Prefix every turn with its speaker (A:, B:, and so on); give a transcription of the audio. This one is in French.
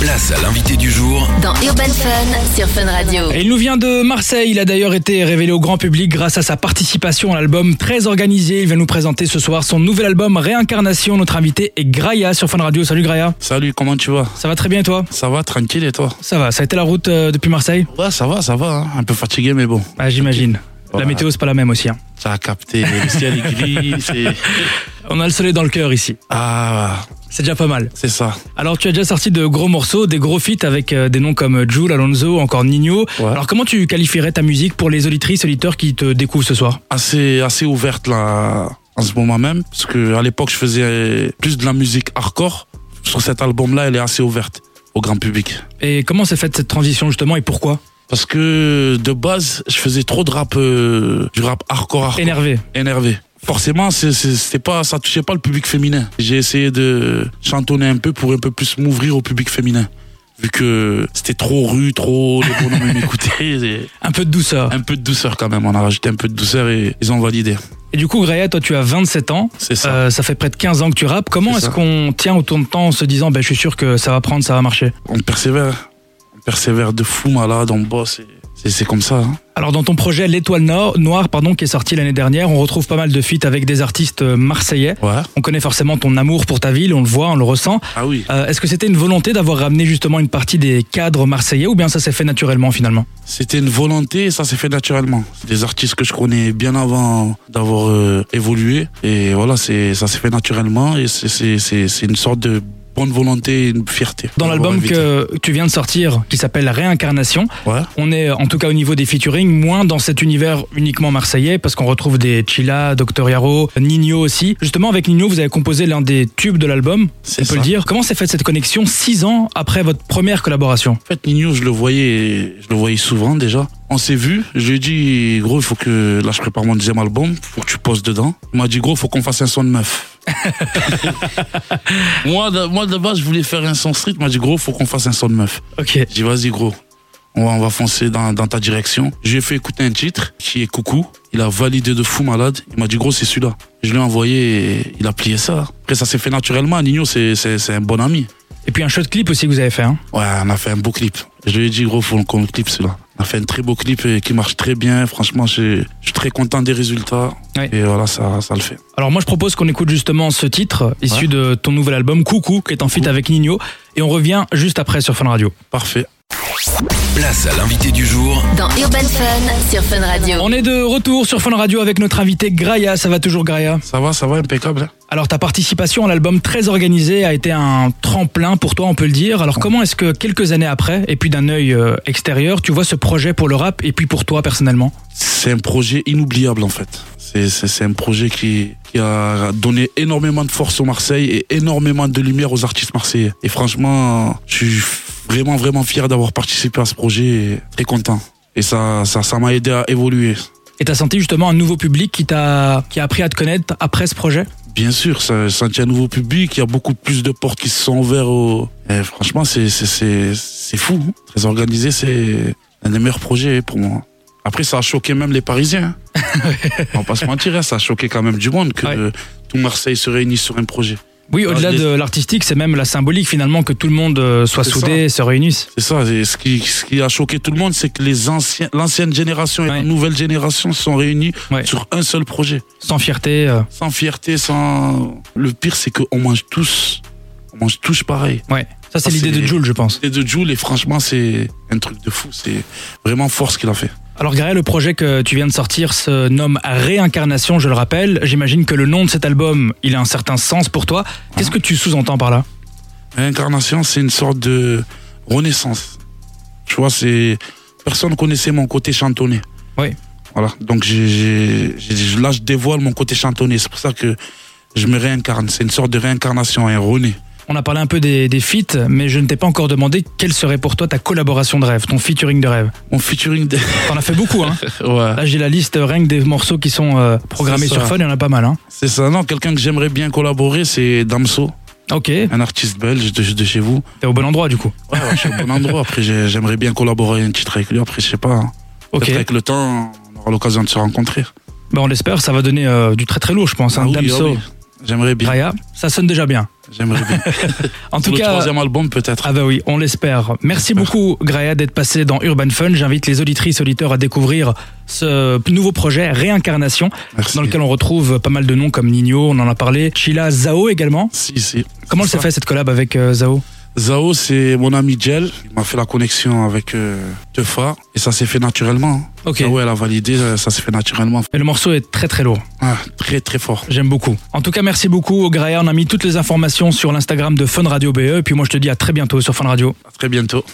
A: Place à l'invité du jour
B: Dans Urban Fun sur Fun Radio.
C: Et Il nous vient de Marseille. Il a d'ailleurs été révélé au grand public grâce à sa participation à l'album très organisé. Il va nous présenter ce soir son nouvel album Réincarnation. Notre invité est Graia sur Fun Radio. Salut Graia.
D: Salut, comment tu vas
C: Ça va très bien et toi
D: Ça va, tranquille et toi
C: Ça va. Ça a été la route euh, depuis Marseille
D: Ouais, ça va, ça va. hein. Un peu fatigué, mais bon.
C: Ah, J'imagine. La
D: Ouais.
C: météo c'est pas la même aussi. hein.
D: Ça a capté. Le ciel est gris. c'est-
C: On a le soleil dans le cœur ici.
D: Ah,
C: C'est déjà pas mal.
D: c'est ça.
C: Alors tu as déjà sorti de gros morceaux, des gros feats avec euh, des noms comme Jules, Alonso, encore Nino.
D: Ouais.
C: Alors comment tu qualifierais ta musique pour les auditrices, auditeurs qui te découvrent ce soir
D: Assez, assez ouverte là, en ce moment même. Parce que à l'époque, je faisais plus de la musique hardcore. Sur cet album-là, elle est assez ouverte au grand public.
C: Et comment s'est faite cette transition justement et pourquoi
D: Parce que de base, je faisais trop de rap, euh, du rap hardcore, hardcore.
C: Énervé.
D: énervé. Forcément, c'est- c'est- c'était pas, ça touchait pas le public féminin. J'ai essayé de chantonner un peu pour un peu plus m'ouvrir au public féminin. Vu que c'était trop rue, trop, les bonhommes m'écoutaient. et
C: Un peu de douceur.
D: Un peu de douceur quand même, on a rajouté un peu de douceur et ils ont validé.
C: Et du coup, Gréa, toi, tu as 27 ans.
D: C'est ça.
C: Euh, ça fait près de 15 ans que tu rappes. Comment
D: C'est
C: est-ce
D: ça.
C: qu'on tient autour de temps en se disant, ben, je suis sûr que ça va prendre, ça va marcher
D: On persévère. On persévère de fou malade, on bosse. et C'est c'est comme ça. hein.
C: Alors, dans ton projet L'Étoile Noire, Noire, pardon, qui est sorti l'année dernière, on retrouve pas mal de feats avec des artistes euh, marseillais.
D: Ouais.
C: On connaît forcément ton amour pour ta ville, on le voit, on le ressent.
D: Ah oui.
C: Euh, est-ce que c'était une volonté d'avoir ramené justement une partie des cadres marseillais ou bien ça s'est fait naturellement finalement
D: C'était une volonté et ça s'est fait naturellement. C'est Des artistes que je connais bien avant d'avoir euh, évolué. Et voilà, c'est ça s'est fait naturellement et c'est- c'est c'est- c'est une sorte de bonne volonté et une fierté.
C: Dans
D: d'avoir
C: l'album
D: invité.
C: que tu viens de sortir, qui s'appelle Réincarnation,
D: Ouais,
C: On est en tout cas au niveau des featuring moins dans cet univers uniquement marseillais parce qu'on retrouve des Chila, Dr Yaro, Nino aussi. Justement avec Nino vous avez composé l'un des tubes de l'album,
D: c'est
C: on peut
D: ça.
C: le dire. Comment s'est faite cette connexion six ans après votre première collaboration
D: En fait, Nino, je le voyais, je le voyais souvent déjà. On s'est vu. Je lui ai dit, gros, il faut que là, je prépare mon deuxième album. Faut que tu poses dedans. Il m'a dit, gros, faut qu'on fasse un son de meuf. moi, de, moi, de base, je voulais faire un son street. Il m'a dit, gros, faut qu'on fasse un son de meuf.
C: Ok.
D: J'ai dit, vas-y, gros. On va, on va foncer dans, dans ta direction. J'ai fait écouter un titre qui est Coucou. Il a validé de fou malade. Il m'a dit, gros, c'est celui-là. Je lui ai envoyé et il a plié ça. Après, ça s'est fait naturellement. Nino, c'est, c'est, c'est un bon ami.
C: Et puis un shot clip aussi que vous avez fait. hein.
D: Ouais, on a fait un beau clip. Je lui ai dit, gros, faut qu'on le clip celui-là. On a fait un très beau clip et qui marche très bien. Franchement, je, je suis très content des résultats.
C: Ouais.
D: Et voilà, ça, ça le fait.
C: Alors moi je propose qu'on écoute justement ce titre issu
D: Ouais.
C: de ton nouvel album Coucou qui est en feat avec Nino et on revient juste après sur Fun Radio.
D: Parfait.
A: Place à l'invité du jour
B: Dans Urban Fun sur Fun Radio.
C: On est de retour sur Fun Radio avec notre invité Graia. Ça va toujours Graia
D: Ça va, ça va, impeccable. hein
C: Alors ta participation à l'album très organisé a été un tremplin pour toi, on peut le dire. Alors comment est-ce que quelques années après, et puis d'un œil euh, extérieur, tu vois ce projet pour le rap et puis pour toi personnellement
D: C'est un projet inoubliable en fait. C'est- C'est c'est un projet qui, qui a donné énormément de force au Marseille et énormément de lumière aux artistes marseillais. Et franchement, je suis vraiment vraiment fier d'avoir participé à ce projet et très content. Et ça ça ça m'a aidé à évoluer.
C: Et t'as senti justement un nouveau public qui t'a qui a appris à te connaître après ce projet
D: Bien sûr, ça senti un nouveau public, il y a beaucoup plus de portes qui se sont ouvertes. Au... Et franchement, c'est c'est- c'est- c'est fou. hein. Très organisé, c'est un des meilleurs projets pour moi. Après, ça a choqué même les Parisiens. hein. On va pas se mentir, hein, ça a choqué quand même du monde que
C: Ouais.
D: euh, tout Marseille se réunisse sur un projet.
C: Oui, au-delà
D: je les-
C: de l'artistique, c'est même la symbolique finalement que tout le monde euh, soit
D: C'est
C: soudé, se réunisse.
D: C'est ça, et ce qui, ce qui a choqué tout le monde, c'est que les anciens, l'ancienne génération et
C: Ouais.
D: la nouvelle génération se sont réunis
C: Ouais.
D: sur un seul projet.
C: Sans fierté. euh.
D: Sans fierté, sans... Le pire, c'est qu'on mange tous, on mange tous pareil.
C: Ouais. Ça c'est
D: Ah,
C: l'idée
D: c'est-
C: de Jules, je pense.
D: Et de Jules, et franchement, c'est un truc de fou. C'est vraiment fort ce qu'il a fait.
C: Alors Gaël, le projet que tu viens de sortir se nomme Réincarnation, je le rappelle. J'imagine que le nom de cet album, il a un certain sens pour toi. Qu'est-ce que tu sous-entends par là
D: Réincarnation, c'est une sorte de renaissance. Tu vois, c'est. Personne connaissait mon côté chantonné.
C: Oui.
D: Voilà. Donc, j'ai- j'ai- j'ai- là, je dévoile mon côté chantonné. C'est pour ça que je me réincarne. C'est une sorte de réincarnation, un rené.
C: On a parlé un peu des, des feats, mais je ne t'ai pas encore demandé quelle serait pour toi ta collaboration de rêve, ton featuring de rêve.
D: Mon featuring. De...
C: T'en as fait beaucoup, hein
D: Ouais.
C: Là, j'ai la liste euh, rien que des morceaux qui sont euh, programmés
D: C'est
C: sur
D: ça.
C: Fun, il y en a pas mal, hein
D: C'est ça. Non, quelqu'un que j'aimerais bien collaborer, c'est Damso,
C: Ok, t'es
D: un artiste belge de, de chez vous.
C: au bon endroit du coup.
D: Ouais, ouais, je suis au bon endroit. Après, j'ai- j'aimerais bien collaborer un titre avec lui. Après, je sais pas. hein.
C: Ok,
D: Peut-être avec le temps, on aura l'occasion de se rencontrer.
C: bah, on l'espère, ça va donner euh, du très très lourd, je pense. Hein.
D: Ah oui,
C: Damso,
D: ah oui. J'aimerais bien.
C: Raya, ça sonne déjà bien.
D: J'aimerais bien.
C: En tout
D: Pour le
C: cas,
D: troisième album, peut-être.
C: Ah bah oui, on l'espère. Merci beaucoup Graya d'être passé dans Urban Fun. J'invite les auditrices auditeurs à découvrir ce nouveau projet Réincarnation
D: Merci.
C: ah, dans lequel on retrouve pas mal de noms comme Nino, on en a parlé, Chila, Zao également.
D: Si, si.
C: Comment elle s'est
D: Ça.
C: fait cette collab avec euh, Zao
D: Zao, c'est mon ami Jel. Il m'a fait la connexion avec euh, Tefa et ça s'est fait naturellement. hein.
C: Ok.
D: Zao, elle a validé, euh, ça s'est fait naturellement.
C: Ah Et le morceau est très très lourd.
D: Ah, très, très fort.
C: J'aime beaucoup. En tout cas, merci beaucoup E. Graya. On a mis toutes les informations sur l'Instagram de Fun Radio BE. Et puis moi, je te dis à très bientôt sur Fun Radio.
D: À très bientôt.